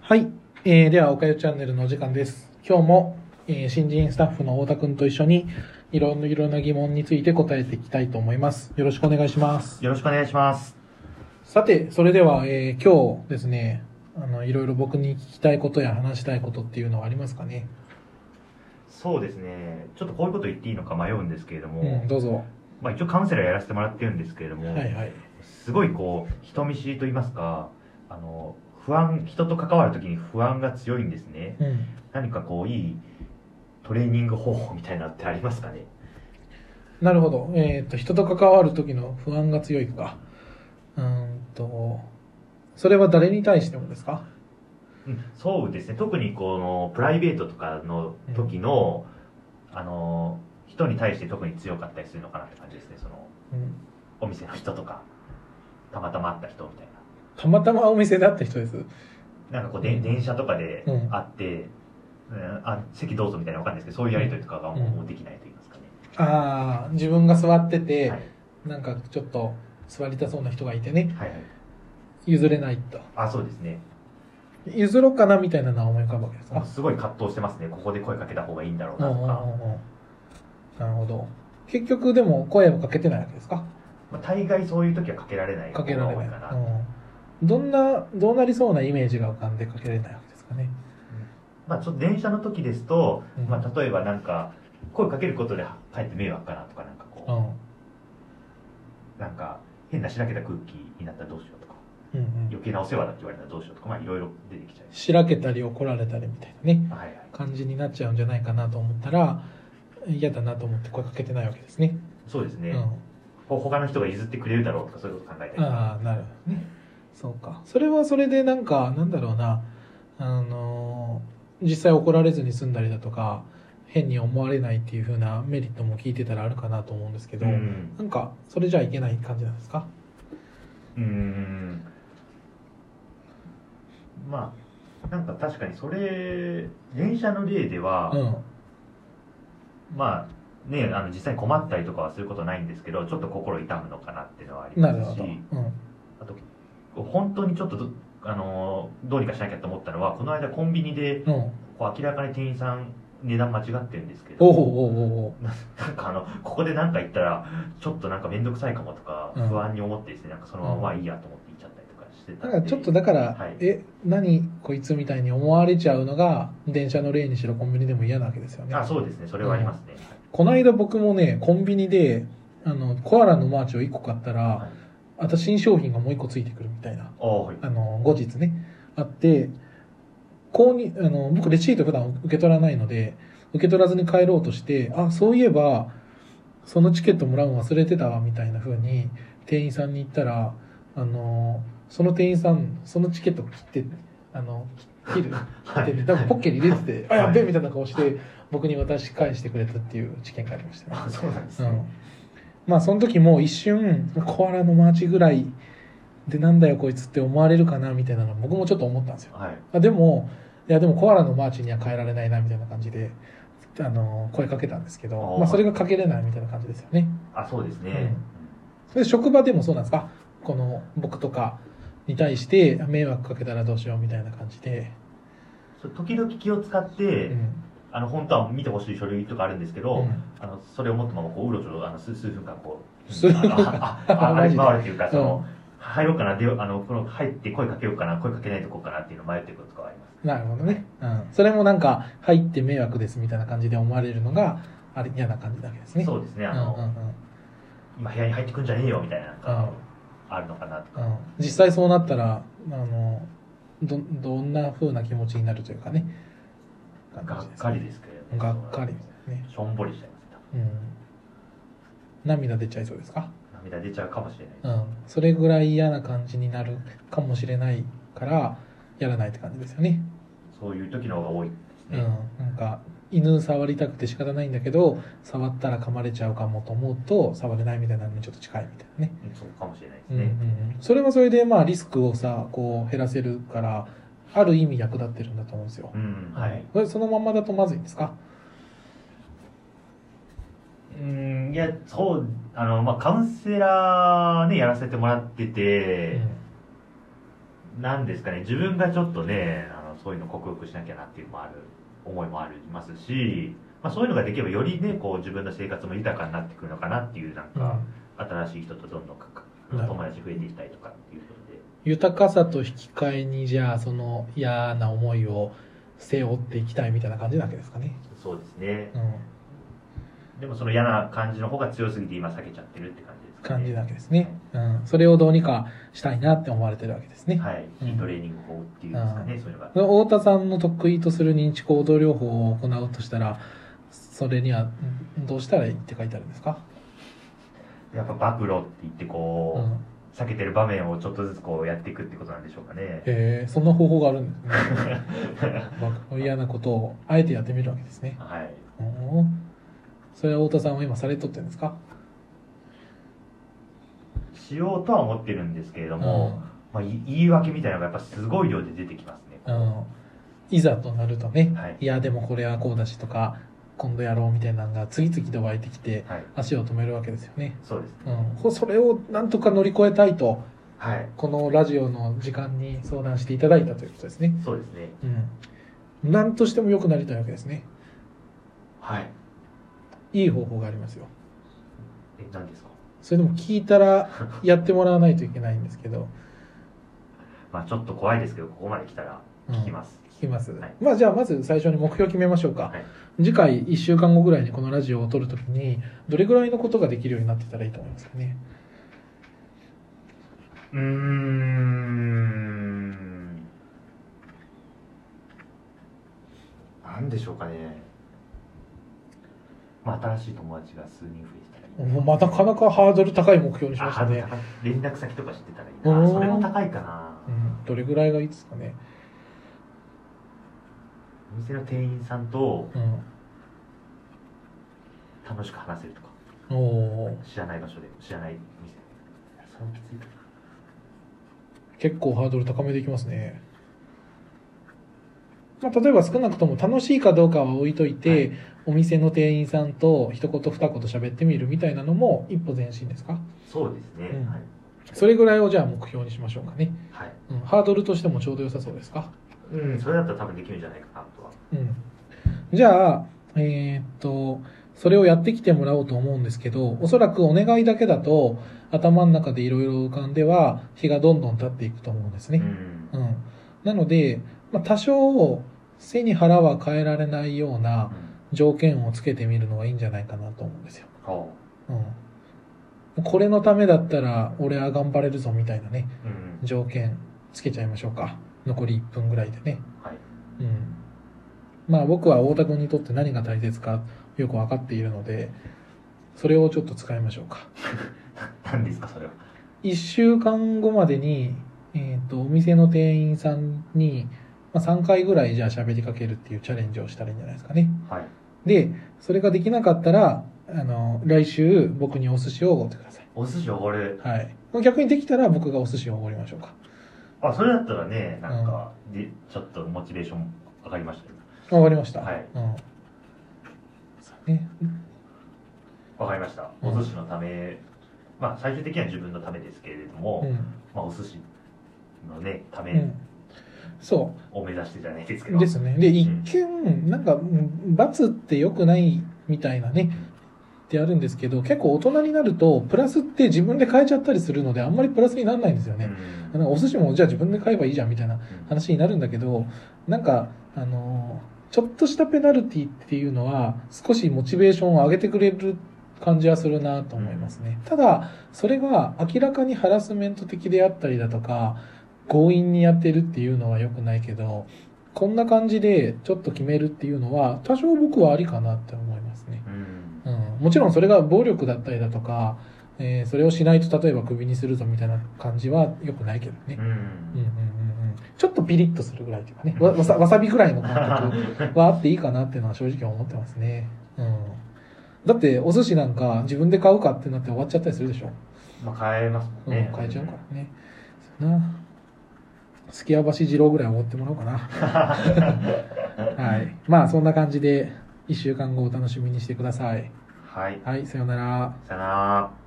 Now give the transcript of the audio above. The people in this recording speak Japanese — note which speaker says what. Speaker 1: はい、えーではおかゆチャンネルのお時間です今日も、えー新人スタッフの太田くんと一緒にいろんないろんな疑問について答えていきたいと思いますよろしくお願いします
Speaker 2: よろしくお願いします。
Speaker 1: さてそれでは、えー今日ですねあのいろいろ僕に聞きたいことや話したいことっていうのはありますかね
Speaker 2: そうですね。ちょっとこういうこと言っていいのか迷うんですけれども、
Speaker 1: うんどうぞ
Speaker 2: まあ一応カウンセラーやらせてもらってるんですけれども、
Speaker 1: はいはい
Speaker 2: すごいこう、人見知りと言いますか、あの、不安、人と関わるときに不安が強いんですね。
Speaker 1: うん
Speaker 2: 何かこう、いいトレーニング方法みたいなのってありますかね
Speaker 1: なるほど。えっ、と、人と関わる時の不安が強いか。うーんと、それは誰に対してもですか
Speaker 2: うん、そうですね。特にこの、プライベートとかの時の、あの、人に対して特に強かったりするのかなって感じですね。その、
Speaker 1: うん。
Speaker 2: お店の人とか、たまたま会った人みたいな。
Speaker 1: たまたまお店だった人です。
Speaker 2: なんかこう、で
Speaker 1: うん
Speaker 2: 電車とかで
Speaker 1: うん
Speaker 2: 会って、うんあ席どうぞみたいなのわかんないですけどそういうやり取りとかがもう,、
Speaker 1: うん
Speaker 2: できないと言いますかね、
Speaker 1: ああ、自分が座ってて、
Speaker 2: はい
Speaker 1: なんかちょっと座りたそうな人がいてね、
Speaker 2: はいはい
Speaker 1: 譲れないと。
Speaker 2: あそうですね
Speaker 1: 譲ろうかなみたいなのは思い浮かぶわけです
Speaker 2: もう
Speaker 1: か。
Speaker 2: すごい葛藤してますねここで声かけた方がいいんだろうな
Speaker 1: う
Speaker 2: と
Speaker 1: んうんうん
Speaker 2: か、
Speaker 1: うんなるほど。結局でも声をかけてないわけですか
Speaker 2: まあ、大概そういう時はかけられない
Speaker 1: かけられない。
Speaker 2: 方が多いかな、
Speaker 1: うん、どんな、どうなりそうなイメージが浮かんでかけられないわけですかね。
Speaker 2: まあ、ちょっと電車の時ですと、
Speaker 1: うん
Speaker 2: まあ、例えばなんか声かけることでかえって迷惑かなとかなんか
Speaker 1: う
Speaker 2: こ
Speaker 1: ん。
Speaker 2: うなんか変なしらけた空気になったらどうしようとか
Speaker 1: うんうん
Speaker 2: 余計なお世話だって言われたらどうしようとかまあいろいろ出てきちゃいます
Speaker 1: しらけたり怒られたりみたいなね
Speaker 2: はいはい
Speaker 1: 感じになっちゃうんじゃないかなと思ったら嫌だなと思って声かけてないわけですね。
Speaker 2: そうですね、
Speaker 1: うん、
Speaker 2: ほ他の人が譲ってくれるだろうとかそういうこと考えたりとか
Speaker 1: ああなるほどね。そうかそれはそれでなんかなんだろうなあのー実際怒られずに済んだりだとか変に思われないっていう風なメリットも聞いてたらあるかなと思うんですけど、
Speaker 2: うん
Speaker 1: なんかそれじゃいけない感じなんですか
Speaker 2: うーんまあなんか確かにそれ電車の例では、
Speaker 1: うん
Speaker 2: まあねあの実際に困ったりとかはすることないんですけどちょっと心痛むのかなっていうのはあり
Speaker 1: な
Speaker 2: ま
Speaker 1: る
Speaker 2: す
Speaker 1: ほ
Speaker 2: し
Speaker 1: ど。うん
Speaker 2: あと本当にちょっとどあのどうにかしなきゃと思ったのはこの間コンビニで
Speaker 1: うん、おう
Speaker 2: こう明らかに店員さん値段間違ってるんですけど
Speaker 1: おうおうおう
Speaker 2: なんかあの、ここで何か言ったら、ちょっとなんか面倒くさいかもとか、
Speaker 1: うん
Speaker 2: 不安に思ってですね、なんかそのままいいやと思って行っちゃったりとかしてた
Speaker 1: なんん
Speaker 2: で。
Speaker 1: かちょっとだから、
Speaker 2: はい
Speaker 1: え、何こいつみたいに思われちゃうのが、電車の例にしろコンビニでも嫌なわけですよね。
Speaker 2: あ、そうですね、それはありますね。
Speaker 1: こないだ僕もね、コンビニで、あの、コアラのマーチを1個買ったら、
Speaker 2: はい。
Speaker 1: あと新商品がもう1個ついてくるみたいな、
Speaker 2: あ、はい。
Speaker 1: あの、後日ね、あって、購入、あの、僕レシート普段受け取らないので、受け取らずに帰ろうとして、あ、そういえば、そのチケットもらうの忘れてたわ、みたいな風に、店員さんに言ったら、あの、その店員さん、そのチケット切って、あの、切る。
Speaker 2: は
Speaker 1: で
Speaker 2: い
Speaker 1: ね、多分ポッケに入れてて、あ、
Speaker 2: はい
Speaker 1: やっべえみたいな顔して、僕に渡し返してくれたっていう事件がありましたね。
Speaker 2: あ、そうなんです
Speaker 1: う
Speaker 2: ね。
Speaker 1: ん。まあ、その時も一瞬、コアラのマーチぐらいでなんだよこいつって思われるかなみたいなの僕もちょっと思ったんですよ。
Speaker 2: はい。
Speaker 1: あでも、いやでもコアラのマーチには変えられないなみたいな感じで、あの、声かけたんですけど、
Speaker 2: あー
Speaker 1: まあ、それがかけれないみたいな感じですよね。
Speaker 2: あ、そうですね。
Speaker 1: うん
Speaker 2: うん
Speaker 1: それで職場でもそうなんですかこの僕とかに対して迷惑かけたらどうしようみたいな感じで。
Speaker 2: そう時々気を使って、
Speaker 1: うん。
Speaker 2: あの、本当は見てほしい書類とかあるんですけど、
Speaker 1: うん
Speaker 2: あの、それを持ったまま、こう、うろちょろ、あの、数数分間、こう、
Speaker 1: 数分間
Speaker 2: あああ
Speaker 1: マ
Speaker 2: 歩
Speaker 1: ジ
Speaker 2: き
Speaker 1: で
Speaker 2: 回るというか、その、入ろうかな、で、あの、この、入って声かけようかな、声かけないとこうかなっていうのを迷ってることとかはあります。
Speaker 1: なるほどね。うん。それもなんか、入って迷惑ですみたいな感じで思われるのが、あれ嫌な感じだけですね。
Speaker 2: そうですね、あ
Speaker 1: うん
Speaker 2: の、
Speaker 1: うんうん。
Speaker 2: 今部屋に入ってくんじゃねえよみたいななん
Speaker 1: うん
Speaker 2: かあるのかなと
Speaker 1: う
Speaker 2: か、
Speaker 1: ん。実際そうなったら、あの、ど、どんな風な気持ちになるというかね。
Speaker 2: が
Speaker 1: 感じ
Speaker 2: っ
Speaker 1: です
Speaker 2: か
Speaker 1: ね
Speaker 2: りですけれどね
Speaker 1: がっかりですね。
Speaker 2: しょんぼりしちゃいますね
Speaker 1: うん。涙出ちゃいそうですか
Speaker 2: 多分涙出ちゃうかもしれない、
Speaker 1: うん。それぐらい嫌な感じになるかもしれないから、やらないって感じですよね。
Speaker 2: そういう時の方が多いです
Speaker 1: う
Speaker 2: ね、
Speaker 1: ん、なんか犬触りたくて仕方ないんだけど触ったら噛まれちゃうかもと思うと触れないみたいなのにちょっと近いみたいなね、
Speaker 2: そうかもしれないです
Speaker 1: うんうん
Speaker 2: ね、
Speaker 1: うん、それはそれでまあリスクをさこう減らせるからある意味役立ってるんだと思うんですよ
Speaker 2: う、ん、はい
Speaker 1: これそのまんまだとまずいんですか
Speaker 2: うんいやそうあのまあカウンセラーねやらせてもらってて、なんですかね自分がちょっとねあのそういうのを克服しなきゃなっていうのもある思いもありますし、まあ、そういうのができればよりねこう自分の生活も豊かになってくるのかなっていうなん
Speaker 1: う
Speaker 2: か、
Speaker 1: ん
Speaker 2: 新しい人とどんどんかか
Speaker 1: なるほ
Speaker 2: 友達増えていきたいとかっていうことで
Speaker 1: 豊かさと引き換えにじゃあその嫌な思いを背負っていきたいみたいな感じなわけですかね、
Speaker 2: そうですね
Speaker 1: うん、
Speaker 2: でもその嫌な感じの方が強すぎて今避けちゃってるって感じですかね
Speaker 1: 感じなわけですね、うん、それをどうにかしたいなって思われてるわけですね、
Speaker 2: はい
Speaker 1: うん
Speaker 2: いいトレーニング法っていうんですかね、そういうのが
Speaker 1: 太田さんの得意とする認知行動療法を行うとしたらそれにはんどうしたらいいって書いてあるんですか、
Speaker 2: やっぱ暴露って言って
Speaker 1: う
Speaker 2: こう、
Speaker 1: ん、
Speaker 2: 避けてる場面をちょっとずつこうやっていくってことなんでしょうかね
Speaker 1: えー、そんな方法があるんですねまあ嫌なことをあえてやってみるわけですね、
Speaker 2: はい
Speaker 1: うん、それは太田さんは今されとってるんですか、
Speaker 2: しようとは思ってるんですけれど
Speaker 1: うん
Speaker 2: も、まあ、い言い訳みたいなのがやっぱすごい量で出てきますね、
Speaker 1: うん、いざとなるとね、
Speaker 2: はい
Speaker 1: いやでもこれはこうだしとか今度やろうみたいなのが次々と湧いてきて
Speaker 2: はい
Speaker 1: 足を止めるわけですよね、
Speaker 2: そうですね
Speaker 1: うん、ほそれをなんとか乗り越えたいと
Speaker 2: はい
Speaker 1: このラジオの時間に相談していただいたということですね。
Speaker 2: そうですね
Speaker 1: うん。何としても良くなりたいわけですね。
Speaker 2: はい
Speaker 1: いい方法がありますよ。
Speaker 2: え何ですか
Speaker 1: それでも聞いたらやってもらわないといけないんですけど。
Speaker 2: まあちょっと怖いですけどここまで来たら
Speaker 1: うん
Speaker 2: 聞きます、
Speaker 1: 聞きます。
Speaker 2: はい
Speaker 1: まあじゃあまず最初に目標決めましょうか。
Speaker 2: はい
Speaker 1: 次回1週間後ぐらいにこのラジオを撮るときに、どれぐらいのことができるようになってたらいいと思いますかね。
Speaker 2: うーんなんでしょうかねまあ新しい友達が数人増えてたらいいな
Speaker 1: もうまたなかなかハードル高い目標にしました
Speaker 2: あ
Speaker 1: ね。
Speaker 2: 連絡先とか知ってたらいいうな。
Speaker 1: ん
Speaker 2: それも高いかな
Speaker 1: う。ん。どれぐらいがいいですかね。
Speaker 2: お店の店員さんと
Speaker 1: う
Speaker 2: 楽しく話せるとか、
Speaker 1: ん。おー
Speaker 2: 知らない場所で、知らない店で。いやそれもきついかな
Speaker 1: 結構ハードル高めでいきますね。まあ、例えば少なくとも楽しいかどうかは置いといて、
Speaker 2: はい
Speaker 1: お店の店員さんと一言二言喋ってみるみたいなのも一歩前進ですか
Speaker 2: そうですね。
Speaker 1: うん
Speaker 2: はい。
Speaker 1: それぐらいをじゃあ目標にしましょうかね。
Speaker 2: はい。
Speaker 1: うん、ハードルとしてもちょうど良さそうですか
Speaker 2: うん、それだったら多分できるんじゃないかなとは。
Speaker 1: うん。じゃあ、えーっと、それをやってきてもらおうと思うんですけど、おそらくお願いだけだと頭の中でいろいろ浮かんでは日がどんどん経っていくと思うんですね。
Speaker 2: うん
Speaker 1: う。ん、なので、まあ、多少背に腹は変えられないような条件をつけてみるのはいいんじゃないかなと思うんですよ。
Speaker 2: ほ
Speaker 1: うん、これのためだったら俺は頑張れるぞみたいなね
Speaker 2: う。うん。
Speaker 1: 条件つけちゃいましょうか残り1分ぐらいでね、
Speaker 2: はい。
Speaker 1: うん、まあ僕は太田君にとって何が大切かよく分かっているのでそれをちょっと使いましょうか
Speaker 2: 何ですか、それは。
Speaker 1: 1週間後までに、えー、とお店の店員さんに、まあ、3回ぐらいじゃあ喋りかけるっていうチャレンジをしたらいいんじゃないですかね
Speaker 2: はい。
Speaker 1: でそれができなかったらあの来週僕にお寿司をおごってください
Speaker 2: お寿司おごる。
Speaker 1: はい逆にできたら僕がお寿司をおごりましょうか
Speaker 2: あ、それだったらね、なんか、で、ちょっとモチベーション上がりましたよ。
Speaker 1: あわかりました
Speaker 2: はい
Speaker 1: うんそうね
Speaker 2: わかりました。
Speaker 1: う
Speaker 2: お
Speaker 1: ん
Speaker 2: 寿司のため、まあ最終的には自分のためですけれども、
Speaker 1: うん、
Speaker 2: まあ、お寿司のねた
Speaker 1: う
Speaker 2: め
Speaker 1: ん、そ
Speaker 2: を目指してじゃないですけど、
Speaker 1: うですねで一
Speaker 2: ん
Speaker 1: 見なんかうん罰って良くないみたいなねってやるんですけど結構大人になるとプラスって自分で変えちゃったりするのであんまりプラスにならないんですよ
Speaker 2: う
Speaker 1: ね、
Speaker 2: ん
Speaker 1: なんかお寿司もじゃあ自分で買えばいいじゃんみたいな
Speaker 2: うん
Speaker 1: 話になるんだけどなんかあのーちょっとしたペナルティっていうのは少しモチベーションを上げてくれる感じはするなと思いますね、ただそれが明らかにハラスメント的であったりだとか強引にやってるっていうのは良くないけどこんな感じでちょっと決めるっていうのは多少僕はありかなって思いますね
Speaker 2: うん
Speaker 1: うん、もちろんそれが暴力だったりだとか、えーそれをしないと例えばクビにするぞみたいな感じは良くないけどねう
Speaker 2: う。
Speaker 1: んうん
Speaker 2: ん
Speaker 1: うんうん、ちょっとピリッとするぐらいというかね、わわさわさびぐらいの感覚はあ っていいかなっていうのは正直思ってますね。うん、だってお寿司なんか自分で買うかってなって終わっちゃったりするでしょ。
Speaker 2: まあ変えますも
Speaker 1: うん
Speaker 2: んね
Speaker 1: ん、買えちゃうからね。そうやな。すきやばし二郎ぐらいおごってもらおうか な。はい。まあそんな感じで、1週間後をお楽しみにしてください。
Speaker 2: はい
Speaker 1: はい、さようなら。
Speaker 2: さよなら